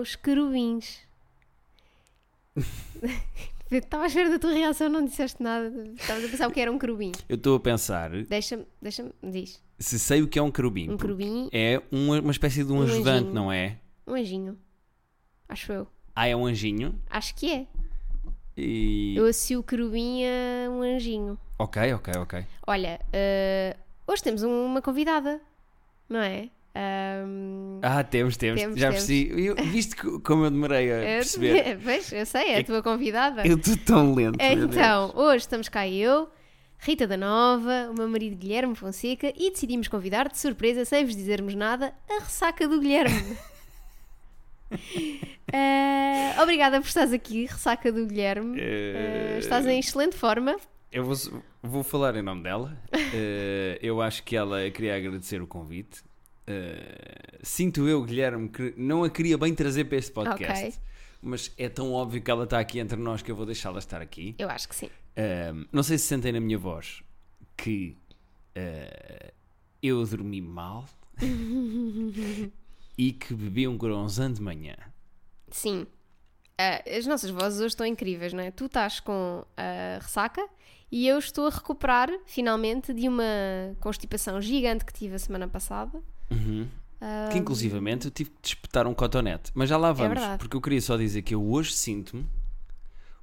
os querubins. Estava à espera da tua reação, não disseste nada. Estavas a pensar o que era um querubim. Eu estou a pensar Deixa-me, deixa-me, diz. se sei o que é um querubim. Um porque querubim, É uma, uma espécie de um, Um ajudante, anjinho. não é? um anjinho. Acho eu. Ah, é um anjinho. Acho que é. E. Eu associo o querubim a um anjinho. Ok, ok, ok. Olha, eh, hoje temos um- uma convidada, não é? Ahm, Ah, temos, temos. Temos, Já temos. percebi. Eu- viste co- como eu demorei a eh, perceber? pois, eu sei, é a tua convidada. Eu estou tão lento. meu Deus. Então, hoje estamos cá eu, Rita da Nova, o meu marido Guilherme Fonseca e decidimos convidar de surpresa, sem vos dizermos nada, a ressaca do Guilherme. Eh, obrigada por estares aqui, ressaca do Guilherme. Eh, Eh, estás em excelente forma. Eu vou, vou falar em nome dela. Eh, eu acho que ela queria agradecer o convite. Eh, sinto eu, Guilherme, que não a queria bem trazer para este podcast. Ok. Mas é tão óbvio que ela está aqui entre nós que eu vou deixá-la estar aqui. Eu acho que sim. Ahm, não sei se sentem na minha voz que ah, eu dormi mal e que bebi um gronzão de manhã. Sim. Ah, as nossas vozes hoje estão incríveis, não é? Tu estás com a ressaca e eu estou a recuperar, finalmente, de uma constipação gigante que tive a semana passada. Que inclusivamente eu tive que despetar um cotonete. Mas já lá vamos, É verdade. porque eu queria só dizer que eu hoje sinto-me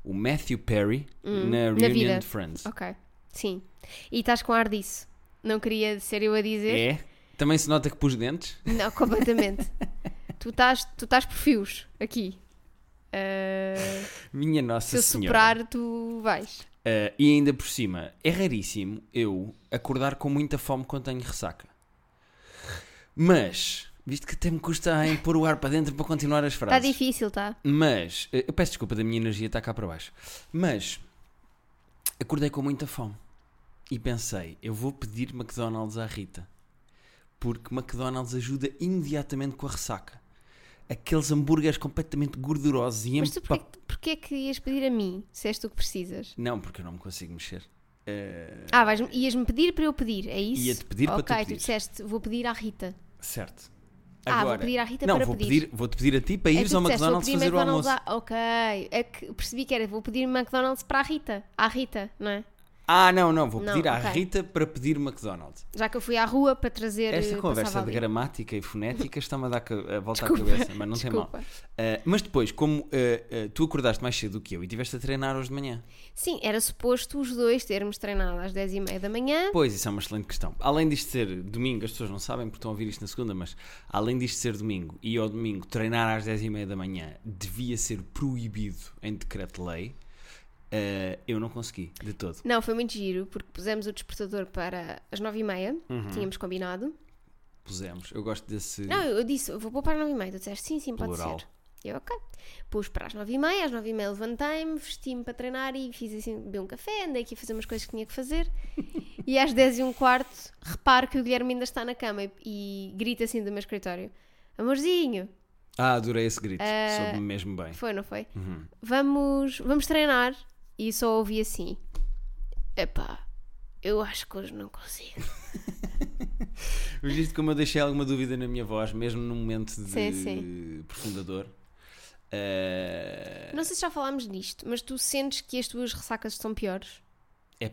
o Matthew Perry na Hum, na Reunion vida. de Friends. Ok. Sim. E estás com ar disso. Não queria ser eu a dizer. É? Também se nota que pus dentes? Não, completamente. tu estás tu estás por fios aqui. Ah, Minha Nossa se eu Senhora. soprar, tu vais. Ah, e ainda por cima, é raríssimo eu acordar com muita fome quando tenho ressaca. Mas, visto que até me custa em pôr o ar para dentro para continuar as Está frases. Tá difícil, está? Mas, eh, eu peço desculpa da minha energia está cá para baixo. Mas, acordei com muita fome. E pensei, eu vou pedir McDonald's à Rita. Porque McDonald's ajuda imediatamente com a ressaca. Aqueles hambúrgueres completamente gordurosos e Mas tu empap- porquê, que- porquê é que ias pedir a mim, se és tu que precisas? Não, porque eu não me consigo mexer. Eh, Ah, vais ias-me pedir para eu pedir, é isso? Ia-te pedir para Ok, tu tu pedires. disseste, vou pedir à Rita. Certo. Ah, vou pedir à Rita não, para vou pedir. pedir, vou-te pedir a ti para É, ires tu ao disseste, vou McDonald's pedir fazer McDonald's o almoço. à- Ok, é que percebi que era, vou pedir McDonald's para a Rita. À Rita, não é? Ah, não, não, vou Não, pedir à ok. Rita para pedir McDonald's. Já que eu fui à rua para trazer. Esta eh, conversa passava de ali. gramática e fonética está-me a dar ca- a volta à Desculpa, cabeça, mas não tem mal. desculpa. Ah, mas depois, como ah, ah, tu acordaste mais cedo do que eu e tiveste a treinar hoje de manhã, Sim, era suposto os dois termos treinado às 10h30 da manhã. pois isso é uma excelente questão. Além disto ser domingo, as pessoas não sabem porque estão a ouvir isto na segunda, mas além disto ser domingo e ao domingo treinar às 10h30 da manhã devia ser proibido em decreto-lei, ah, eu não consegui de todo. Não, foi muito giro, porque pusemos o despertador para as 9h30, tínhamos combinado. Pusemos, eu gosto desse. Não, eu disse, eu vou pôr para as 9h30. Tu disseste, sim, sim, pode Plural. ser. Eu, ok. Pus para as 9h30, às 9h30 levantei-me, vesti-me para treinar e fiz assim, bebi um café, andei aqui a fazer umas coisas que tinha que fazer. e às 10h15, reparo que o Guilherme ainda está na cama e, e grita assim do meu escritório: Amorzinho, Ah, adorei esse grito. Eh, Soube-me mesmo bem. Foi, não foi? Uhum. Vamos, vamos treinar. E só ouvi assim: Epá, eu acho que hoje não consigo. Mas isto como eu deixei alguma dúvida na minha voz, mesmo num momento de Sim, profundador. Eh, É Não sei se já falámos disto, mas tu sentes que as tuas ressacas estão piores?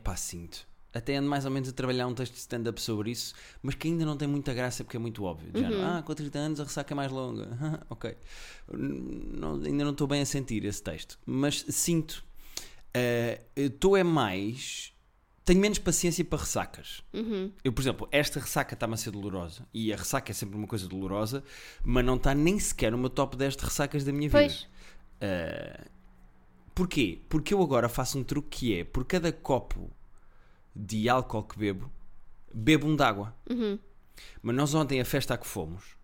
pá, sinto. Até ando mais ou menos a trabalhar um texto de stand-up sobre isso, mas que ainda não tem muita graça porque é muito óbvio. De género, ah, com 30 anos a ressaca é mais longa. ok. Não- ainda não estou bem a sentir esse texto. Mas sinto. Eh, eu Estou é mais. Tenho menos paciência para ressacas. Eu, por exemplo, esta ressaca está-me a ser dolorosa. E a ressaca é sempre uma coisa dolorosa, mas não está nem sequer no meu top 10 de ressacas da minha vida. Pois. Ah, porquê? Porque eu agora faço um truque que é, por cada copo de álcool que bebo, bebo um d'água. Uhum. Mas nós ontem, a festa a que fomos,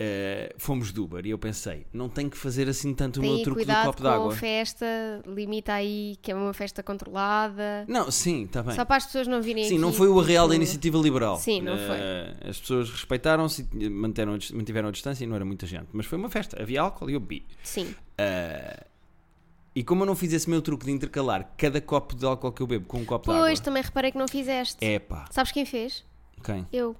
ah, fomos de Uber e eu pensei, não tenho que fazer assim tanto o Tem meu truque do cuidado copo com a d'água. festa, limita aí que é uma festa controlada. Não, sim, está bem. Só para as pessoas não virem Sim, aqui, não foi o arreal tipo, da iniciativa liberal. Sim, não Eh, as pessoas respeitaram-se, e manteram a dis- mantiveram a distância e não era muita gente. Mas foi uma festa, havia álcool e eu bebi. Sim, E como eu não fiz esse meu truque de intercalar cada copo de álcool que eu bebo com um copo de pois água. também reparei que não fizeste. É pá. Sabes quem fez? Quem? Eu.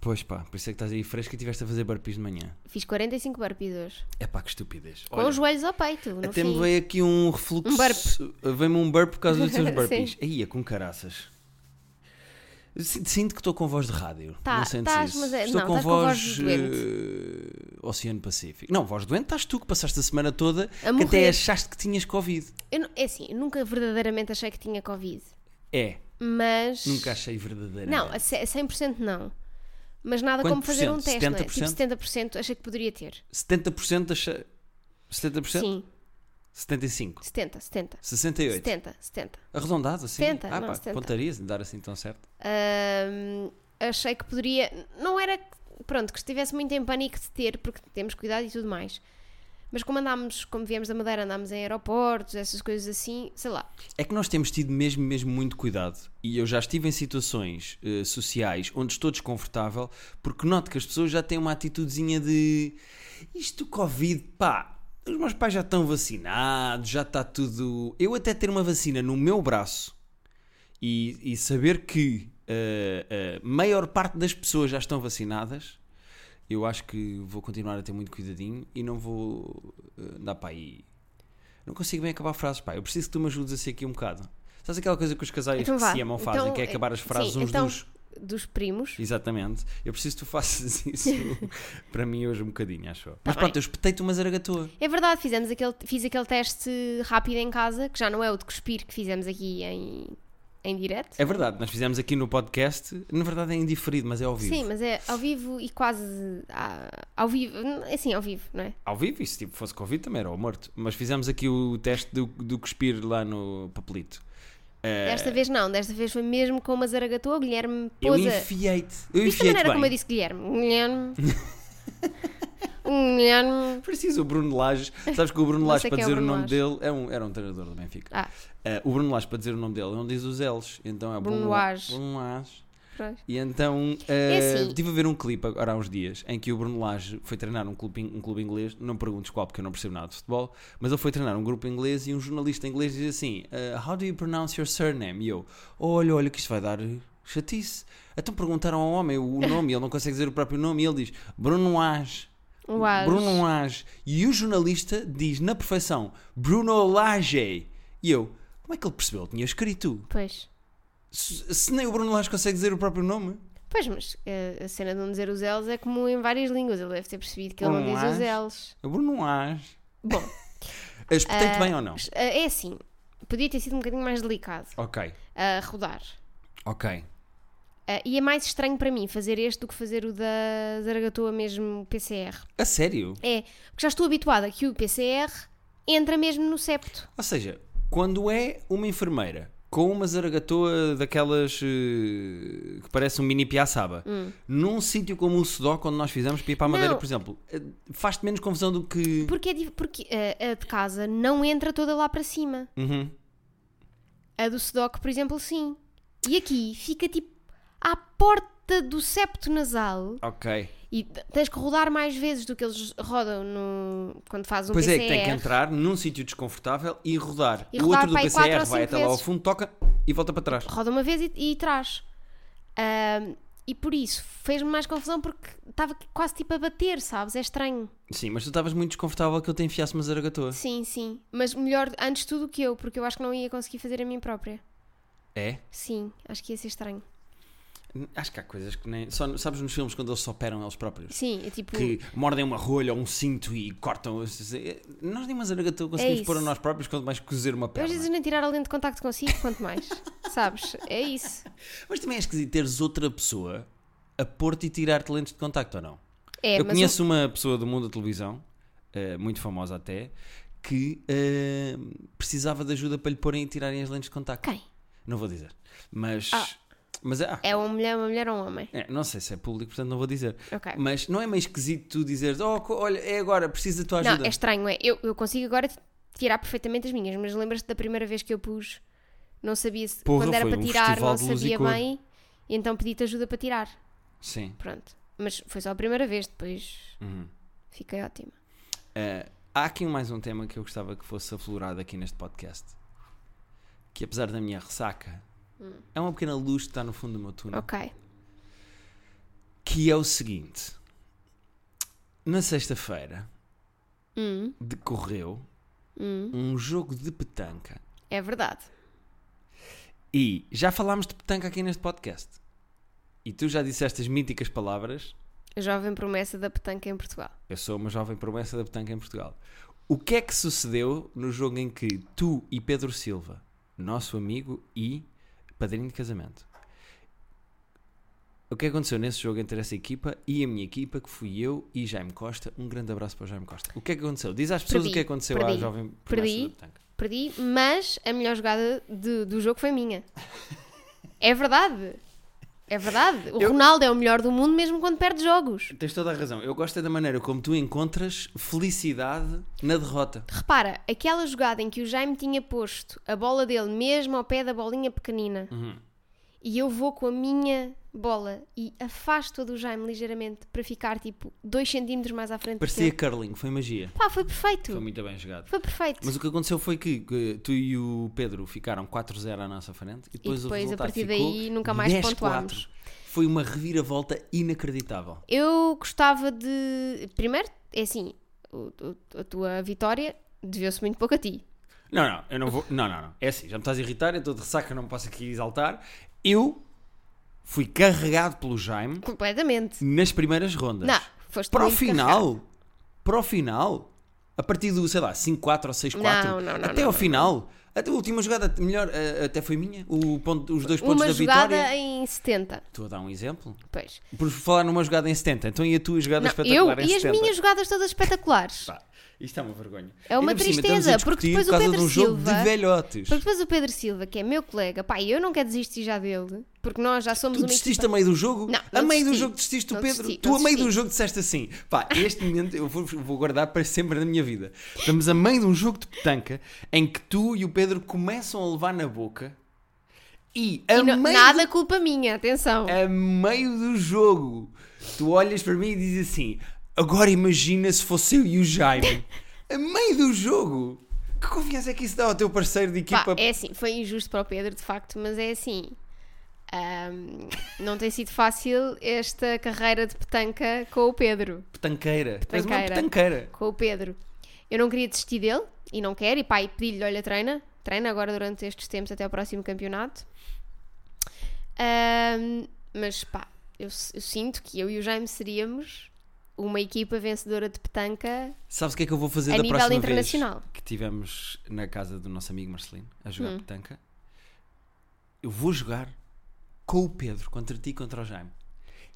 Pois pá, por isso é que estás aí fresca e estiveste a fazer burpees de manhã. Fiz 45 burpees hoje. É pá, que estupidez. Com os joelhos ao peito, no até fim. me veio aqui um refluxo. Um burp. Veio-me um burp por causa dos teus Sim. burpees. Aí é com caraças. Sinto sinto que estou com voz de rádio. Tá, não sentes estás, isso. mas é- estou não, com estás com voz voz, de eh, Oceano Pacífico. Não, voz doente estás tu que passaste a semana toda que morrer. até achaste que tinhas Covid. Eu não- é assim, eu nunca verdadeiramente achei que tinha Covid. É, Mas. nunca achei verdadeira. Não, a ce- a 100% não. Mas nada Quanto como fazer um por cento? teste, não é? Tipo 70%? 70% achei que poderia ter. 70% achei. 70%? Sim, 75%. 70, 70. 68%. 70, 70. Arredondado assim? 70, ah, não, pá, 70. pontarias de dar assim tão certo. Ahm, achei que poderia. Não era que- pronto, que estivesse muito em pânico de ter, porque temos cuidado e tudo mais. Mas como andámos, como viemos da Madeira, andámos em aeroportos, essas coisas assim, sei lá. É que nós temos tido mesmo, mesmo muito cuidado. E eu já estive em situações eh, sociais onde estou desconfortável, porque noto que as pessoas já têm uma atitudezinha de isto do Covid, pá, os meus pais já estão vacinados, já está tudo. Eu até ter uma vacina no meu braço e, e saber que eh, a maior parte das pessoas já estão vacinadas. Eu acho que vou continuar a ter muito cuidadinho e não vou eh, andar para aí não consigo bem acabar frases, pá. Eu preciso que tu me ajudes a ser aqui um bocado. Sabes aquela coisa que os casais Então É que vá. se amam fazem, Então, que é acabar as eh, frases sim, uns então- dos. Dos primos. Exatamente. Eu preciso que tu faças isso para mim hoje um bocadinho, acho. eu. Mas Tá bem. pronto, eu espetei-te uma zaragatoa. É verdade, fizemos aquele, fiz aquele teste rápido em casa, que já não é o de cuspir que fizemos aqui em, em direto. É verdade, nós fizemos aqui no podcast, na verdade é indiferido, mas é ao vivo. Sim, mas é ao vivo e quase ah, ao vivo, é assim, ao vivo, não é? Ao vivo, e se tipo, fosse Covid também era ao morto. Mas fizemos aqui o teste do, do cuspir lá no papelito. Eh, Desta vez não, desta vez foi mesmo com uma zaragatoa, o Guilherme eu pôs a... enfiei-te. Eu Isto também não enfiei-te era como eu bem. disse Guilherme. Guilherme. Guilherme. Preciso o Bruno Lages. Sabes que o Bruno Não Lages, sei para quem é o dizer o Bruno nome Lage. dele, é um, era um treinador do Benfica. Ah, Eh, o Bruno Lage, para dizer o nome dele, não diz os L's. Então é Bruno Bruno Lage. Lage. Bruno Lage. pronto. E então eh, assim. tive a ver um clipe agora há uns dias em que o Bruno Lage foi treinar um clube, in- um clube inglês, não me perguntes qual porque eu não percebo nada de futebol, mas ele foi treinar um grupo inglês e um jornalista inglês diz assim: eh, How do you pronounce your surname? E eu, olha, olha, que isto vai dar chatice. Então perguntaram ao homem o nome e ele não consegue dizer o próprio nome e ele diz Bruno Lage. O As. Bruno Lage. E o jornalista diz na perfeição Bruno Lage. E eu, como é que ele percebeu? Ele tinha escrito. Pois. Se, se nem o Bruno Lage consegue dizer o próprio nome. Pois, mas eh, a cena de não dizer os L's é comum em várias línguas. Ele deve ter percebido que ele não Um diz os As. L's. É o Bruno Lage. Bom, Espetei-te Ah, bem ou não? eh, é assim. Podia ter sido um bocadinho mais delicado Ok, a rodar. ok. Eh, e é mais estranho para mim fazer este do que fazer o da Zaragatoa mesmo PCR. A sério? É, porque já estou habituada que o PCR entra mesmo no septo. Ou seja, quando é uma enfermeira com uma zaragatoa daquelas eh, que parece um mini piaçaba, num sítio como o Sudoc, onde nós fizemos pipa à madeira, Hum. Não. por exemplo, eh, faz-te menos confusão do que. Porque, é dif- porque eh, a de casa não entra toda lá para cima. Uhum. A do Sedoc, por exemplo, sim. E aqui fica tipo à porta do septo nasal Ok. e t- tens que rodar mais vezes do que eles rodam no... quando fazes um Pois é, PCR. que tem que entrar num sítio desconfortável e rodar. E o rodar outro do para aí PCR quatro ou vai cinco até lá ao vezes. fundo, toca e volta para trás. Roda uma vez e, e traz. Ahm, e por isso fez-me mais confusão porque estava quase tipo a bater, sabes? É estranho. Sim, mas tu estavas muito desconfortável que eu te enfiasse uma zaragatoa. Sim, sim. Mas melhor antes tu do que eu, porque eu acho que não ia conseguir fazer a mim própria. É? Sim, acho que ia ser estranho. Acho que há coisas que nem. Só, sabes nos filmes quando eles só operam eles próprios? Sim, é tipo. Que mordem uma rolha ou um cinto e cortam. é, Nós nem uma zaragatoa conseguimos É isso. pôr a nós próprios, quanto mais cozer uma Eu perna. às vezes nem tirar a lente de contacto consigo, quanto mais. Sabes? É isso. Mas também é esquisito teres outra pessoa a pôr-te e tirar-te lentes de contacto ou não? É, eu mas conheço uma pessoa do mundo da televisão, eh, muito famosa até, que eh, precisava de ajuda para lhe porem e tirarem as lentes de o- contacto. um- Quem? Não vou dizer. Mas. Ah. Mas ah, É uma mulher, uma mulher ou um homem? é, não sei se é público, portanto não vou dizer. Ok. Mas não é meio esquisito tu dizeres, oh, co- olha, é agora, preciso da tua ajuda. Não, é estranho, é. Eu, eu consigo agora t- tirar perfeitamente as minhas, mas lembras-te da primeira vez que eu pus, não sabia se Porra, quando era foi para um tirar, festival não de luz e sabia cor. bem, e então pedi-te ajuda para tirar. Sim. Pronto. Mas foi só a primeira vez, depois Uhum. fiquei ótima. Eh, há aqui mais um tema que eu gostava que fosse aflorado aqui neste podcast. Que apesar da Hum. minha ressaca, é uma pequena luz que está no fundo do meu túnel. Ok. Que é o seguinte: na sexta-feira Hum, decorreu hum, um jogo de petanca. é verdade. E já falámos de petanca aqui neste podcast. E tu já disseste as míticas palavras. Jovem promessa da petanca em Portugal. Eu sou uma jovem promessa da petanca em Portugal. O que é que sucedeu no jogo em que tu e Pedro Silva, nosso amigo e padrinho de casamento, o que aconteceu nesse jogo entre essa equipa e a minha equipa, que fui eu e Jaime Costa? Um grande abraço para o Jaime Costa. O que é que aconteceu? Diz às pessoas Perdi, o que é que aconteceu à perdi, jovem promessa perdi. da petanca. Perdi, mas a melhor jogada de- do jogo foi minha. É verdade. É verdade. O Eu- Ronaldo é o melhor do mundo mesmo quando perde jogos. Tens toda a razão. Eu gosto é da maneira como tu encontras felicidade na derrota. Repara, aquela jogada em que o Jaime tinha posto a bola dele mesmo ao pé da bolinha pequenina Uhum. e eu vou com a minha bola e afasto-a do Jaime ligeiramente para ficar tipo 2 centímetros mais à frente. do Parecia teu. curling, foi magia. Pá, foi perfeito. Foi Foi, muito bem jogado. perfeito. Mas o que aconteceu foi que, que tu e o Pedro ficaram 4-0 à nossa frente e depois, depois, a o resultado partir ficou daí, nunca mais 10-4. pontuámos. Foi uma reviravolta inacreditável. Eu gostava de. Primeiro, é assim, o- o- a tua vitória deveu-se muito pouco a ti. Não, não, eu não vou. Não, não, não. É assim, já me estás a irritar, eu estou de ressaca, não me posso aqui exaltar. Eu fui carregado pelo Jaime Completamente. nas primeiras rondas. Não, foste Para o muito final, para o final, a partir do, sei lá, 5-4 ou 6-4, Não, não, não, até não, não. ao final, até a última jogada, melhor, eh, até foi minha, o ponto- os dois pontos Uma da jogada vitória. em 70. Estou a dar um exemplo. Pois. Por falar numa jogada em 70, então e a tua jogada Não, eu espetacular em e as 70? minhas jogadas todas espetaculares. Pá, isto é uma vergonha. É uma Ainda por cima, tristeza, estamos a porque discutir depois por o causa Pedro de um jogo Silva- de velhotes. Porque depois o Pedro Silva, que é meu colega, pá, eu não quero desistir já dele, porque nós já somos Tu uma desististe equipa- a meio do jogo? Não, a não meio do desisti. jogo desististe o Não Pedro? desisti, tu não a meio do desisti. jogo disseste assim: pá, este momento eu vou, vou guardar para sempre na minha vida. Estamos a meio de um jogo de petanca em que tu e o Pedro começam a levar na boca e a E não- meio nada culpa minha, atenção. a meio do jogo, tu olhas para mim e dizes assim: agora imagina se fosse eu e o Jaime. a meio do jogo, que confiança é que isso dá ao teu parceiro de Pá, equipa? é assim, foi injusto para o Pedro, de facto, mas é assim. ahm, não tem sido fácil esta carreira de petanca com o Pedro. Petanqueira. Tu és uma Petanqueira. petanqueira. Com o Pedro. Eu não queria desistir dele e não quero, e pá, e pedi-lhe, olha, treina, treina agora durante estes tempos até ao próximo campeonato. Ahm, mas pá, eu, s- eu sinto que eu e o Jaime seríamos uma equipa vencedora de petanca. Sabes o que é que eu vou fazer A da nível próxima internacional. Hum. vez que tivemos na casa do nosso amigo Marcelino a jogar petanca? Eu vou jogar com o Pedro, contra ti e contra o Jaime.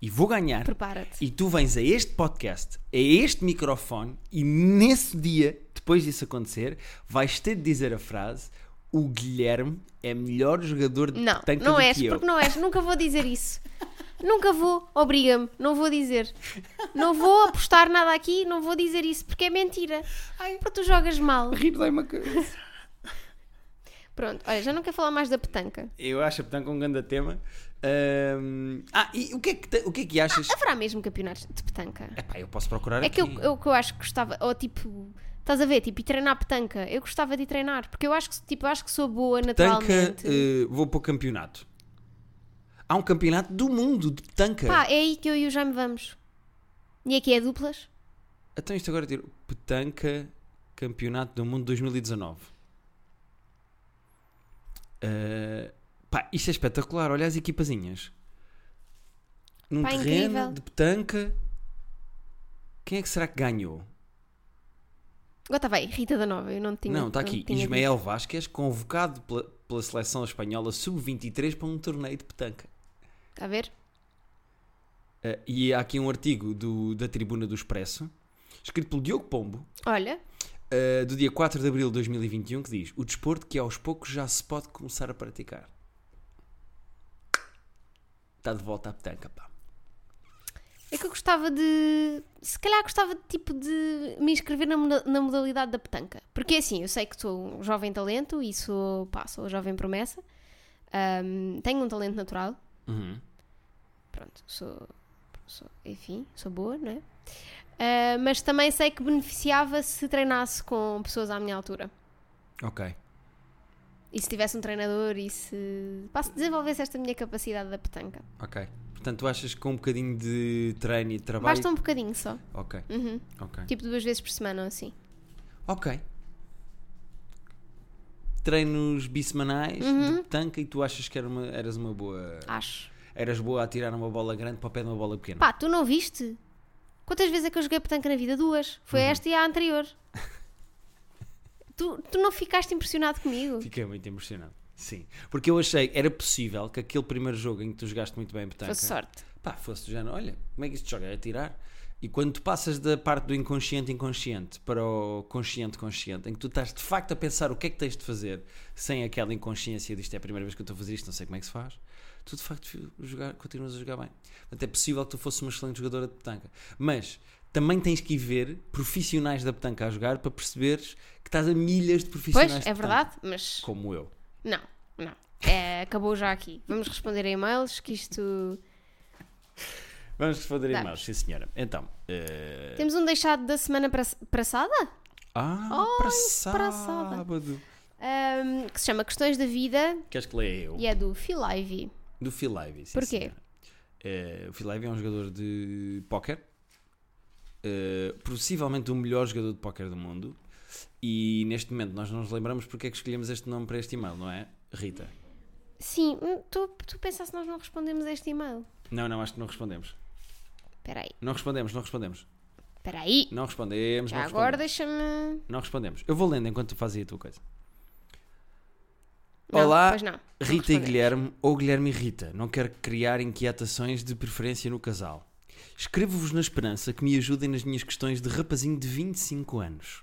E vou ganhar. Prepara-te. E tu vens a este podcast, a este microfone, e nesse dia, depois disso acontecer, vais ter de dizer a frase: O Guilherme é melhor jogador de Não, petanca não do és, que eu. porque não és, nunca vou dizer isso. nunca vou, obriga-me, não vou dizer. Não vou apostar nada aqui, não vou dizer isso, porque é mentira. Porque tu jogas mal. Rir dói uma coisa. Pronto, olha, já não quero falar mais da petanca. Eu acho a petanca um grande tema. Ahm, Ah, e o que é que, te- o que, é que achas? Haverá mesmo campeonatos de petanca? Epá, eu posso procurar É aqui. que eu, eu, que eu acho que gostava, ou tipo, estás a ver, tipo, e treinar petanca. Eu gostava de ir treinar, porque eu acho que, tipo, eu acho que sou boa Petanca, naturalmente. eh, vou para o campeonato. Há um campeonato do mundo de petanca. Pá, é aí que eu e o Jaime vamos. E aqui é duplas? Então isto agora tiro Petanca Campeonato do Mundo 2019. Uh, pá, isto é espetacular. Olha as equipazinhas. Num Pá, terreno incrível. de petanca. Quem é que será que ganhou? Agora está bem, Rita da Nova, eu não tinha. não, está não aqui. tinha dito. Ismael Vasquez, convocado pela, pela seleção espanhola sub-23 para um torneio de petanca. Está Tá a ver? Uh, e há aqui um artigo do- da Tribuna do Expresso, escrito pelo Diogo Pombo, Olha, Uh, do dia 4 de abril de 2021 que diz: O desporto que aos poucos já se pode começar a praticar. Está de volta à petanca, pá. é que eu gostava de. Se calhar gostava de, tipo, de me inscrever na, moda- na modalidade da petanca. Porque assim, eu sei que sou um jovem talento e sou, pá, sou a jovem promessa. Ahm, tenho um talento natural. Uhum. pronto, sou, sou- enfim, sou boa, não é? Ah, mas também sei que beneficiava se treinasse com pessoas à minha altura. Ok. E se tivesse um treinador e se. Pá, se desenvolvesse esta minha capacidade da petanca. Ok. Portanto, tu achas que com um bocadinho de treino e de trabalho. Basta um bocadinho só. Ok, Uhum. ok. Tipo duas vezes por semana ou assim. Ok. Treinos bissemanais Uhum. de petanca e tu achas que era uma- eras uma boa. Acho. Eras boa a tirar uma bola grande para o pé de uma bola pequena. Pá, tu não viste? Quantas vezes é que eu joguei petanca na vida? Duas. Foi Uhum. esta e a anterior. tu, tu não ficaste impressionado comigo? Fiquei muito impressionado. Sim. Porque eu achei, era possível que aquele primeiro jogo em que tu jogaste muito bem petanca. Fosse sorte. Pá, fosse do género, olha, como é que isto joga? É tirar. E quando tu passas da parte do inconsciente inconsciente para o consciente consciente, em que tu estás de facto a pensar o que é que tens de fazer sem aquela inconsciência de isto é a primeira vez que eu estou a fazer isto, não sei como é que se faz, tu de facto fi- jogar, continuas a jogar bem. Portanto, é possível que tu fosses uma excelente jogadora de petanca. Mas também tens que ir ver profissionais da petanca a jogar para perceberes que estás a milhas de profissionais Pois, de é petanca, verdade, mas. Como eu. Não, não. É, acabou já aqui. Vamos responder a e-mails que isto. Vamos responder em Vamos. mais, sim senhora. Então. eh, Temos um deixado da semana pass- passada? Ah, Ai, para para sábado. sábado. Ahm, ehm, que se chama Questões da Vida Queres que leia eu? e é do Phil Ivey. Do Phil Ivey. sim, Porquê? senhora. Eh, o Phil Ivey é um jogador de póquer. eh, possivelmente o melhor jogador de póquer do mundo. E neste momento nós não nos lembramos porque é que escolhemos este nome para este e-mail, não é? Rita. Sim, hum, tu, tu pensas se nós não respondemos a este e-mail? Não, não, acho que não respondemos. Espera aí, Não respondemos, não respondemos. espera aí. Não respondemos, não Já respondemos. agora deixa-me. Não respondemos. Eu vou lendo enquanto tu fazes aí a tua coisa. Não, Olá, pois não, não Rita e respondemos. Guilherme, ou Guilherme e Rita, não quero criar inquietações de preferência no casal. Escrevo-vos na esperança que me ajudem nas minhas questões de rapazinho de 25 anos.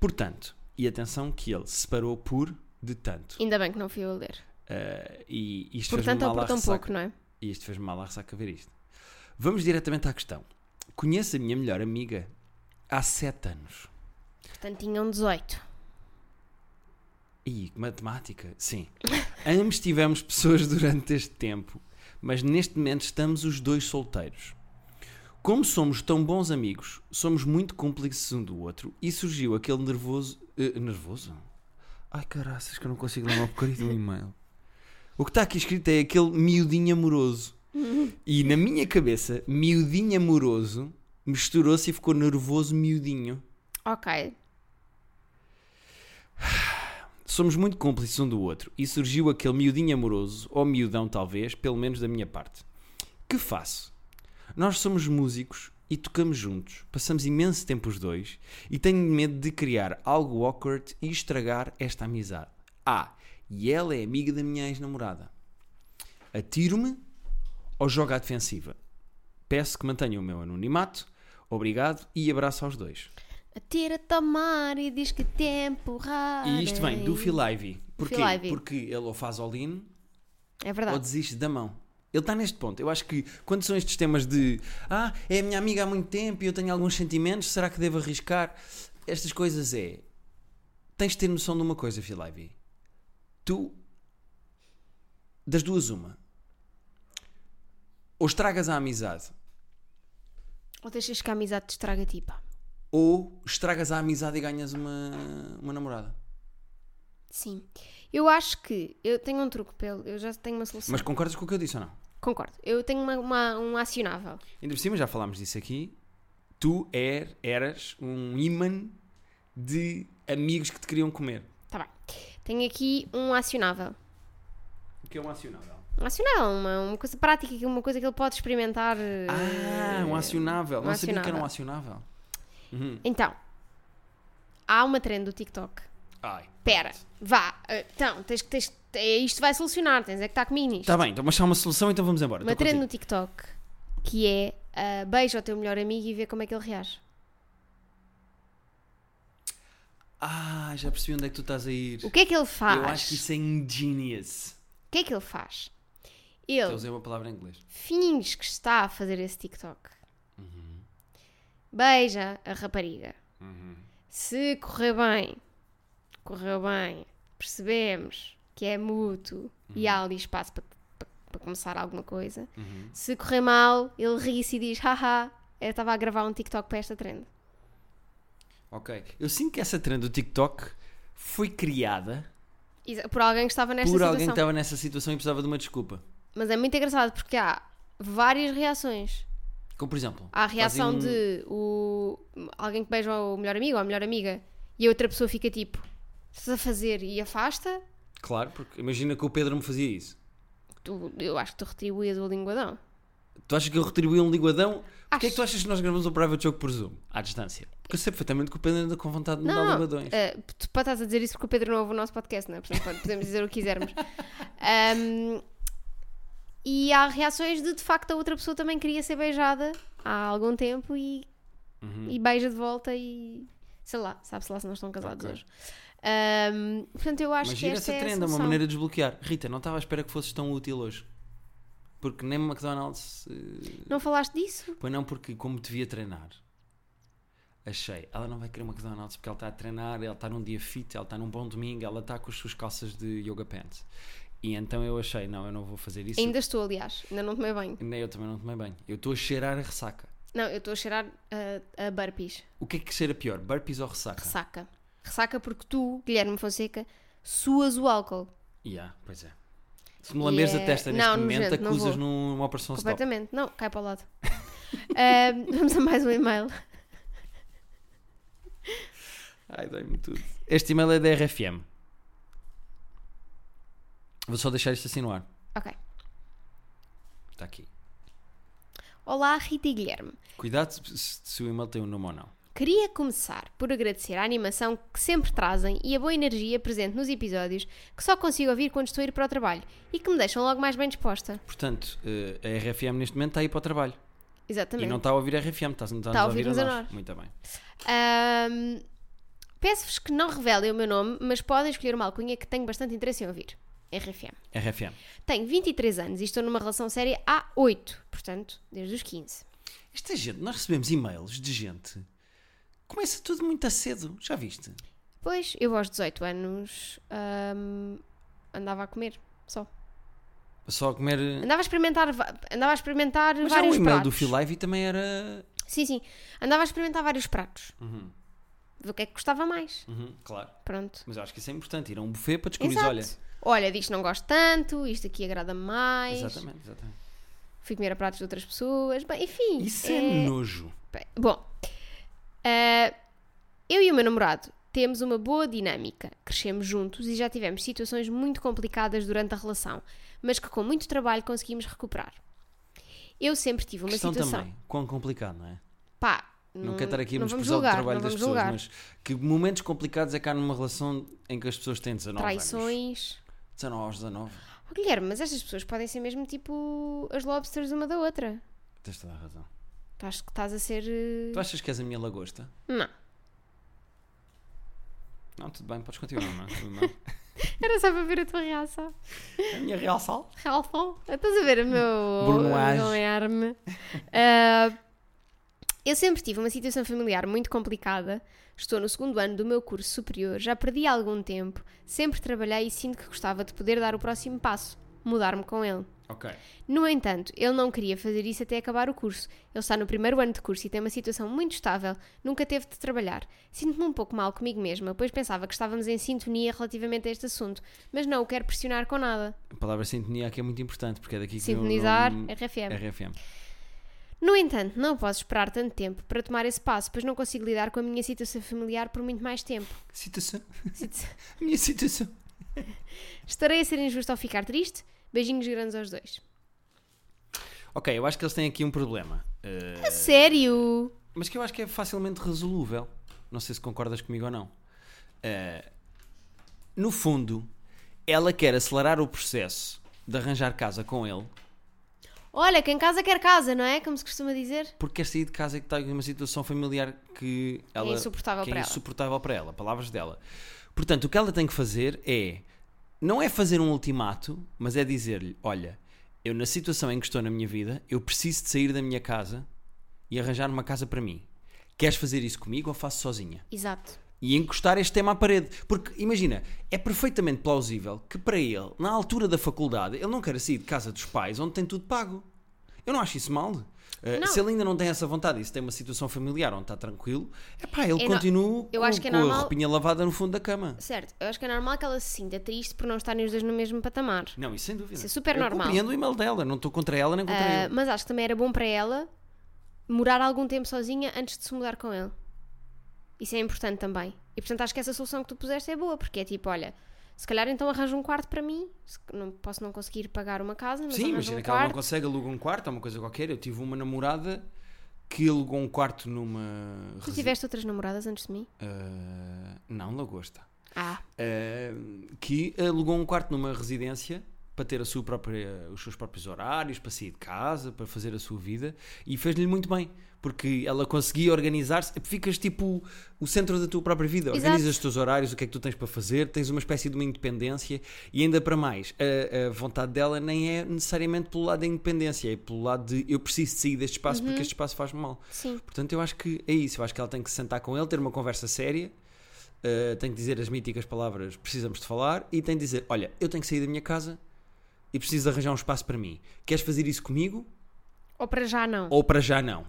Portanto, e atenção que ele se separou por de tanto. Ainda bem que não fui eu a ler. Ah, e isto fez Portanto, mal ou por à tão ressaca. pouco, não é? E isto fez-me mal à ressaca ver isto. Vamos diretamente à questão. Conheço a minha melhor amiga há 7 anos. Portanto, tinham 18. E matemática, sim. Ambos tivemos pessoas durante este tempo, mas neste momento estamos os dois solteiros. Como somos tão bons amigos, somos muito cúmplices um do outro e surgiu aquele nervoso. eh, nervoso? Ai caraças, que eu não consigo ler uma porcaria de um e-mail. O que está aqui escrito é aquele miudinho amoroso. E na minha cabeça, miudinho amoroso misturou-se e ficou nervoso miudinho. Ok. Somos muito cúmplices um do outro e surgiu aquele miudinho amoroso, ou miudão talvez, pelo menos da minha parte. Que faço? Nós somos músicos e tocamos juntos, passamos imenso tempo os dois e tenho medo de criar algo awkward e estragar esta amizade. Ah, e ela é amiga da minha ex-namorada. Atiro-me ou jogo à defensiva? Peço que mantenham o meu anonimato. Obrigado e abraço aos dois. Atira-te ao mar e diz que tempo raro. E isto vem do Phil Ivey. Porquê? Phil Ivey. Porque ele ou faz all-in É ou verdade. desiste da mão. Ele está neste ponto. Eu acho que quando são estes temas de ah, é a minha amiga há muito tempo e eu tenho alguns sentimentos, será que devo arriscar? Estas coisas é. Tens de ter noção de uma coisa, Phil Ivey. Tu, das duas, uma. Ou estragas a amizade, Ou deixas que a amizade te estraga tipo. ou estragas a amizade e ganhas uma, uma namorada. Sim. Eu acho que eu tenho um truque pelo. Eu já tenho uma solução. Mas concordas com o que eu disse ou não? Concordo. Eu tenho uma, uma- um acionável. Ainda por cima, já falámos disso aqui. Tu er- eras um imã de amigos que te queriam comer. Tá bem. Tenho aqui um acionável. O que é um acionável? Um acionável, uma, uma coisa prática, que- uma coisa que ele pode experimentar. eh, Ah, um acionável. um Não sabia que era um acionável. Então, há uma trend do TikTok. Ai. Pera, vá. eh, Então, tens que. Tens, eh, isto vai solucionar, tens é que estar com minis. Está bem, então mas há uma solução, então vamos embora. uma Estou trend no contigo. TikTok que é ah, beija o teu melhor amigo e vê como é que ele reage. Ah, já percebi onde é que tu estás a ir. O que é que ele faz? Eu acho que isso é ingenious. O que é que ele faz? Eu Ele usei uma palavra em inglês. finge que está a fazer esse TikTok. Uhum. Beija a rapariga. Se correr bem, correu bem, percebemos que é mútuo e Uhum. há ali espaço para, para- para começar alguma coisa. Se correr mal, ele ri-se e diz: Haha, eu estava a gravar um TikTok para esta trend. Ok. Eu sinto que essa trend do TikTok foi criada Exa- Por alguém que estava nesta por situação. alguém que tá- estava nessa situação e precisava de uma desculpa. Mas é muito engraçado porque há várias reações. Como por exemplo. Há a reação fazem um- de o... alguém que beija o melhor amigo ou a melhor amiga e a outra pessoa fica tipo, estás a fazer e afasta. Claro, porque imagina que o Pedro me fazia isso. Tu- eu acho que tu retribuías o linguadão. Tu achas que eu retribuí um linguadão? Porquê Acho. é que tu achas que nós gravamos um private joke por Zoom? À distância. Porque eu sei perfeitamente que o Pedro anda com vontade de me dar Não, linguadões. eh, tu pá, estás a dizer isso porque o Pedro não ouve o nosso podcast, não é? Portanto, pode- podemos dizer o que quisermos. Ahm, e há reações de, de facto, a outra pessoa também queria ser beijada há algum tempo e, Uhum. e beija de volta e... Sei lá, sabe-se lá se não estão casados Ok. hoje. Ahm, portanto, eu acho Mas que gira esta essa é a trend, é uma solução. maneira de desbloquear. Rita, não estava à espera que fosses tão útil hoje. Porque nem McDonald's. eh, Não falaste disso? Pois não, porque como devia treinar, achei. Ela não vai querer uma McDonald's porque ela está a treinar, ela está num dia fit, ela está num bom domingo, ela está com as suas calças de yoga pants. E então eu achei, não, eu não vou fazer isso. Ainda estou, aliás. Ainda não tomei banho. Nem eu também não tomei banho. Eu estou a cheirar a ressaca. Não, eu estou a cheirar ah, a, a burpees. O que é que cheira pior, burpees ou ressaca? Ressaca. Ressaca porque tu, Guilherme Fonseca, suas o álcool. Yeah, pois é. Se me lamberes é- a testa neste não, momento, nojento, não acusas vou. numa operação stop. Completamente. Não, cai para o lado. Ahm, vamos a mais um e-mail. Ai, dói-me tudo. Este e-mail é da RFM. Vou só deixar isto assim no ar. Ok. Está aqui. Olá, Rita e Guilherme. Cuidado se, se o e-mail tem um nome ou não. Queria começar por agradecer a animação que sempre trazem e a boa energia presente nos episódios que só consigo ouvir quando estou a ir para o trabalho e que me deixam logo mais bem disposta. Portanto, eh, a RFM neste momento está aí para o trabalho. E Exatamente. não está a ouvir a RFM, está, está, Está a a ouvir a ouvir-nos a nós. nós. Muito bem. Ahm, Peço-vos que não revelem o meu nome, mas podem escolher uma alcunha que tenho bastante interesse em ouvir. RFM. RFM. Tenho 23 anos e estou numa relação séria há 8, portanto, desde os 15. Esta gente, nós recebemos e-mails de gente. Começa tudo muito a cedo, já viste? Pois, eu aos 18 anos ahm, andava a comer, só. Só a comer. eh, Andava a experimentar, va- andava a experimentar Mas já o vários e-mail pratos. do Phil Live também era. Sim, sim. Andava a experimentar vários pratos. Uhum, Ver o que é que gostava mais. uhum, claro. Pronto. Mas eu acho que isso é importante, ir a um buffet para descobrir, Exato. É olha. Olha, disto não gosto tanto, isto aqui agrada mais. Exatamente, exatamente. Fui comer a pratos de outras pessoas. Bem, enfim. eh, Isso é, nojo. Bem, Bom, ah, eu e o meu namorado temos uma boa dinâmica. Crescemos juntos e já tivemos situações muito complicadas durante a relação, mas que com muito trabalho conseguimos recuperar. Eu sempre tive uma Questão situação. também, quão complicado, não é? Pá, Não quero estar aqui a não vamos menosprezar o julgar, trabalho não das vamos pessoas, julgar. mas que momentos complicados é que há numa relação em que as pessoas têm 19 anos. traições. 19 aos 19. Oh, Guilherme, mas estas pessoas podem ser mesmo tipo as lobsters uma da outra. Tens toda a razão. Tu achas que estás a ser. eh, Tu achas que és a minha lagosta? Não. Não, tudo bem, podes continuar, não é? Tudo bem. Era só para ver a tua reação. É A minha real sal? Ralfão, estás a ver o meu Brunoage. Brunoage. Ah, eu sempre tive uma situação familiar muito complicada. Estou no segundo ano do meu curso superior, já perdi algum tempo, sempre trabalhei e sinto que gostava de poder dar o próximo passo, mudar-me com ele. Ok. No entanto, ele não queria fazer isso até acabar o curso. Ele está no primeiro ano de curso e tem uma situação muito estável, nunca teve de trabalhar. Sinto-me um pouco mal comigo mesma, pois pensava que estávamos em sintonia relativamente a este assunto, mas não o quero pressionar com nada. A palavra sintonia aqui é muito importante, porque é daqui que Sintonizar, o nome... RFM. RFM. No entanto, não posso esperar tanto tempo para tomar esse passo, pois não consigo lidar com a minha situação familiar por muito mais tempo. Situação. A minha situação. Estarei a ser injusto ao ficar triste? Beijinhos grandes aos dois. Ok, eu acho que eles têm aqui um problema. Eh, A sério? mas que eu acho que é facilmente resolúvel. Não sei se concordas comigo ou não. Eh, no fundo, ela quer acelerar o processo de arranjar casa com ele, Olha, quem casa quer casa, não é? Como se costuma dizer. porque quer sair de casa e que está em uma situação familiar que ela insuportável que para é ela. insuportável para ela, palavras dela. Portanto, o que ela tem que fazer é não é fazer um ultimato, mas é dizer-lhe, olha, eu na situação em que estou na minha vida, eu preciso de sair da minha casa e arranjar uma casa para mim. Queres fazer isso comigo ou faço sozinha? Exato. E encostar este tema à parede. Porque, imagina, é perfeitamente plausível que para ele, na altura da faculdade, ele não queira sair de casa dos pais onde tem tudo pago. Eu não acho isso mal. Eh, Não. se ele ainda não tem essa vontade e se tem uma situação familiar onde está tranquilo, é pá, ele É no- continua Eu com, acho que é com a normal- roupinha lavada no fundo da cama. Certo, eu acho que é normal que ela se sinta triste por não estarem os dois no mesmo patamar. Não, isso sem dúvida. Isso é super eu normal. compreendo o e-mail dela, não estou contra ela nem contra Ah, ele. mas acho que também era bom para ela morar algum tempo sozinha antes de se mudar com ele. Isso é importante também. E portanto acho que essa solução que tu puseste é boa, porque é tipo, olha, se calhar então arranja um quarto para mim. Se- Não, posso não conseguir pagar uma casa, mas Sim, arranja imagina um que ela não quarto. consegue alugar um quarto ou uma coisa qualquer. Eu tive uma namorada que alugou um quarto numa. Tu resi- tiveste outras namoradas antes de mim? Ah, não, Lagosta. Ah, Ah, que alugou um quarto numa residência para ter a sua própria, os seus próprios horários, para sair de casa, para fazer a sua vida e fez-lhe muito bem. Porque ela conseguia organizar-se, ficas tipo o centro da tua própria vida, Exato. organizas os teus horários, o que é que tu tens para fazer, tens uma espécie de uma independência e ainda para mais, a, a vontade dela nem é necessariamente pelo lado da independência, é pelo lado de eu preciso de sair deste espaço porque este espaço faz-me mal. sim. Portanto, eu acho que é isso. Eu acho que ela tem que se sentar com ele, ter uma conversa séria, eh, tem que dizer as míticas palavras precisamos de falar e tem que dizer: Olha, eu tenho que sair da minha casa e preciso arranjar um espaço para mim. Queres fazer isso comigo Ou para já não. ou para já não?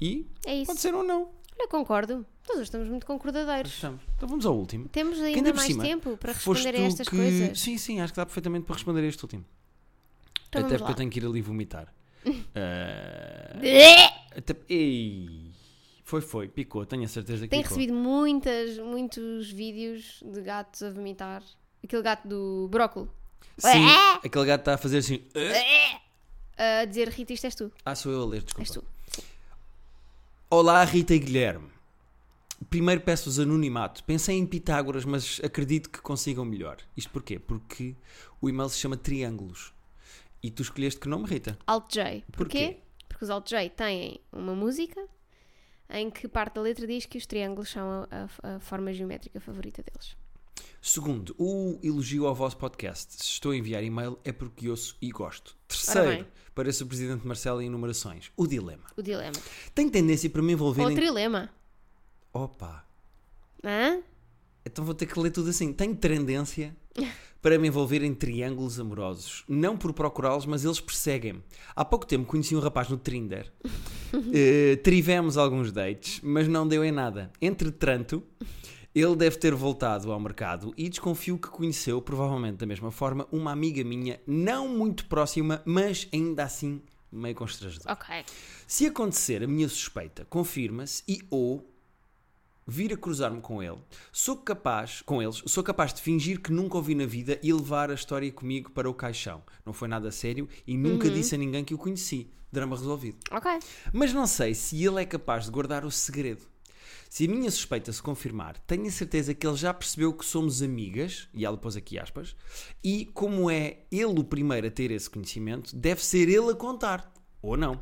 E É isso. pode ser ou não. Olha, concordo. Nós hoje estamos muito concordadeiros. Então vamos ao último. Temos Que ainda por mais cima, tempo para foste responder a tu estas que- coisas. Sim, sim, acho que dá perfeitamente para responder a este último. Então Até vamos porque lá. eu tenho que ir ali vomitar. Eh, até- Ei! Foi, foi, picou, tenho a certeza que Tenho picou. recebido muitas, muitos vídeos de gatos a vomitar. Aquele gato do brócolo. Sim, aquele gato está a fazer assim. A dizer, Rita, isto és tu. Ah, sou eu a ler, desculpa. És tu. Olá, Rita e Guilherme. Primeiro peço-vos anonimato. Pensei em Pitágoras, mas acredito que consigam melhor. Isto porquê? Porque o e-mail se chama Triângulos. E tu escolheste que nome, Rita? Alt J. Porquê? Porquê? Porque os Alt J têm uma música em que parte da letra diz que os triângulos são a, a- a forma geométrica favorita deles. Segundo, o elogio ao vosso podcast. Se estou a enviar e-mail é porque ouço e gosto. Ora Terceiro, bem. parece o Presidente Marcelo em enumerações. O dilema. O dilema. Tenho tendência para me envolver Ou o em... trilema. Opa, Hã? Então vou ter que ler tudo assim. Tenho tendência para me envolver em triângulos amorosos. Não por procurá-los, mas eles perseguem-me. Há pouco tempo conheci um rapaz no Trinder. Eh, tivemos alguns dates, mas não deu em nada. Entretanto, ele deve ter voltado ao mercado e desconfio que conheceu, provavelmente da mesma forma, uma amiga minha, não muito próxima, mas ainda assim meio constrangedora. Ok. Se acontecer a minha suspeita, confirma-se e ou vir a cruzar-me com ele, sou capaz, com eles, sou capaz de fingir que nunca ouvi na vida e levar a história comigo para o caixão. Não foi nada sério e nunca disse a ninguém que o conheci. Drama resolvido. Ok. Ah, Mas não sei se ele é capaz de guardar o segredo. Se a minha suspeita se confirmar, tenho a certeza que ele já percebeu que somos amigas, e ela pôs aqui aspas, e como é ele o primeiro a ter esse conhecimento, deve ser ele a contar, ou não.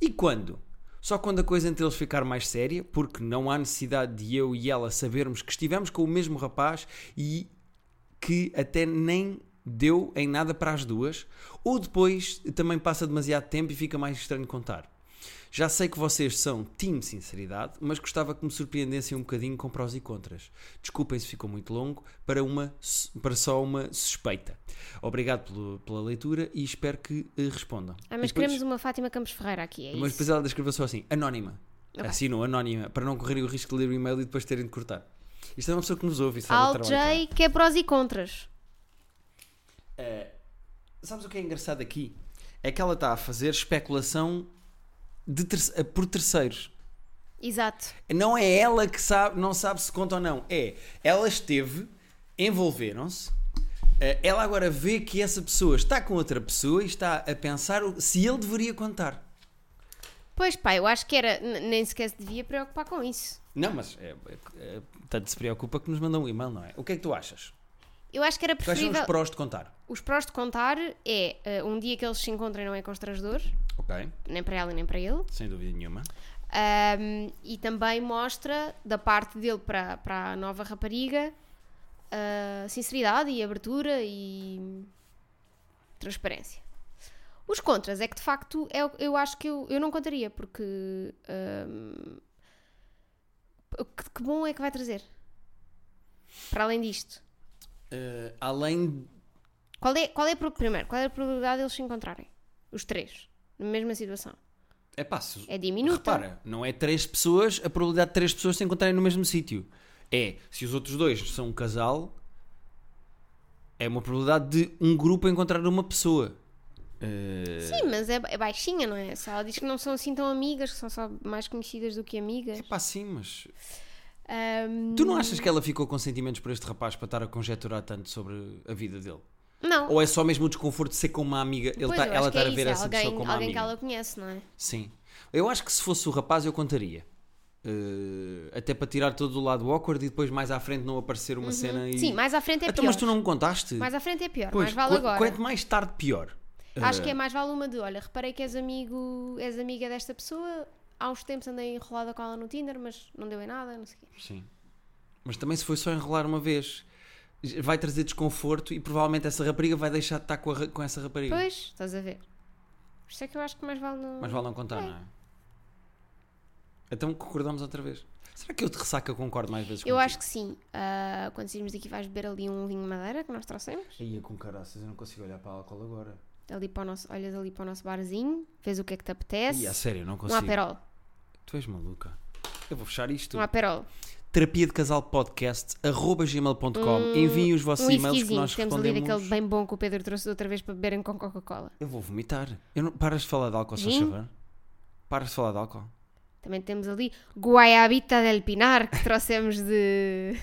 E quando? Só quando a coisa entre eles ficar mais séria, porque não há necessidade de eu e ela sabermos que estivemos com o mesmo rapaz e que até nem deu em nada para as duas, ou depois também passa demasiado tempo e fica mais estranho contar. Já sei que vocês são time sinceridade, mas gostava que me surpreendessem um bocadinho com prós e contras. Desculpem se ficou muito longo para, uma, su- para só uma suspeita. Obrigado pelo- pela leitura e espero que eh, respondam. Ah, mas E depois- queremos uma Fátima Campos Ferreira aqui, é mas isso? depois ela descreveu só assim, anónima. Assinou, anónima, para não correrem o risco de ler o e-mail e depois terem de cortar. Isto é uma pessoa que nos ouve e sabe o Alt trabalho. que J, que é prós e contras. Sabes o que é engraçado aqui? É que ela está a fazer especulação de terce- por terceiros. Exato. Não é ela que sabe, não sabe se conta ou não. É, ela esteve, envolveram-se. eh, Ela agora vê que essa pessoa está com outra pessoa e está a pensar o- se ele deveria contar. Pois pá, eu acho que era, n- nem sequer se devia preocupar com isso. Não, mas é, é, é, tanto se preocupa que nos mandam um e-mail, não é? O que é que tu achas? Eu acho que era Quais são preferível. os prós de contar? Os prós de contar é eh, um dia que eles se encontrem não é constrangedor, Ok, nem para ela e nem para ele. sem dúvida nenhuma. Ahm, e também mostra da parte dele para, para a nova rapariga ah, sinceridade e abertura e transparência. Os contras é que de facto eu, eu acho que eu, eu não contaria porque ahm, que, que bom é que vai trazer para além disto. Eh, além. Qual é, qual é a pro- primeiro, qual é a probabilidade de eles se encontrarem? Os três. na mesma situação. É passo. É diminuta. Repara, não é três pessoas, a probabilidade de três pessoas se encontrarem no mesmo sítio. É, se os outros dois são um casal, é uma probabilidade de um grupo encontrar uma pessoa. Eh, Sim, mas é, é baixinha, não é? Se ela diz que não são assim tão amigas, que são só mais conhecidas do que amigas. É pá, sim, mas. Ahm, Tu não achas que ela ficou com sentimentos por este rapaz para estar a conjeturar tanto sobre a vida dele? não. Ou é só mesmo o desconforto de ser com uma amiga? Ele Pois, tá- eu ela acho que estar é a ver isso, é essa alguém, pessoa como alguém que amiga? ela conhece, não é? Sim. Eu acho que se fosse o rapaz eu contaria. Eh, até para tirar todo o lado awkward e depois mais à frente não aparecer uma cena e. Uhum. Sim, mais à frente é Então, pior. mas tu não me contaste? Mais à frente é pior, Pois, mais vale qu- eh. agora. Quanto mais tarde, pior. Acho que é mais vale uma de, olha, reparei que és amigo, és amiga desta pessoa, há uns tempos andei enrolada com ela no Tinder, mas não deu em nada, não sei o quê. Sim. Mas também se foi só enrolar uma vez, vai trazer desconforto e provavelmente essa rapariga vai deixar de estar com, a ra- com essa rapariga. Pois, estás a ver. Por isso é que eu acho que mais vale não. Mas vale não contar, não é? Então concordamos outra vez. Será que eu de ressaca concordo mais vezes Eu contigo? acho que sim. Ah, quando sairmos daqui vais beber ali um vinho de madeira que nós trouxemos. Ia com caraças, eu não consigo olhar para a álcool agora. Ali para o nosso, olhas ali para o nosso barzinho, vês o que é que te apetece. Ia, a sério, eu não um consigo. aperol. Tu és maluca. Eu vou fechar isto. Um aperol. Terapia de Casal Podcast, arroba gmail.com. Enviem os vossos Um e-mails que whiskyzinho. nós que Temos ali respondemos. daquele bem bom que o Pedro trouxe de outra vez para beberem com Coca-Cola. Eu vou vomitar. Eu não... Paras de falar de álcool, se faz Gin? favor. Paras de falar de álcool. Também temos ali Guayabita del Pinar, que trouxemos de,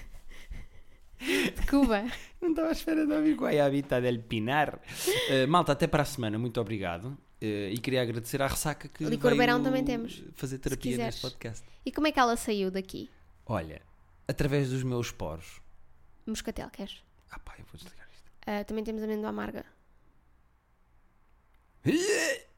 de Cuba. Não estava à espera de ouvir Guayabita del Pinar. Eh, malta, até para a semana. Muito obrigado. Eh, e queria agradecer à ressaca que Licor veio Beirão também temos, fazer se terapia quiseres. neste podcast. E como é que ela saiu daqui? Olha, através dos meus poros. Moscatel, queres? Ah pá, eu vou desligar isto. Ah, também temos amêndoa amarga. Eh!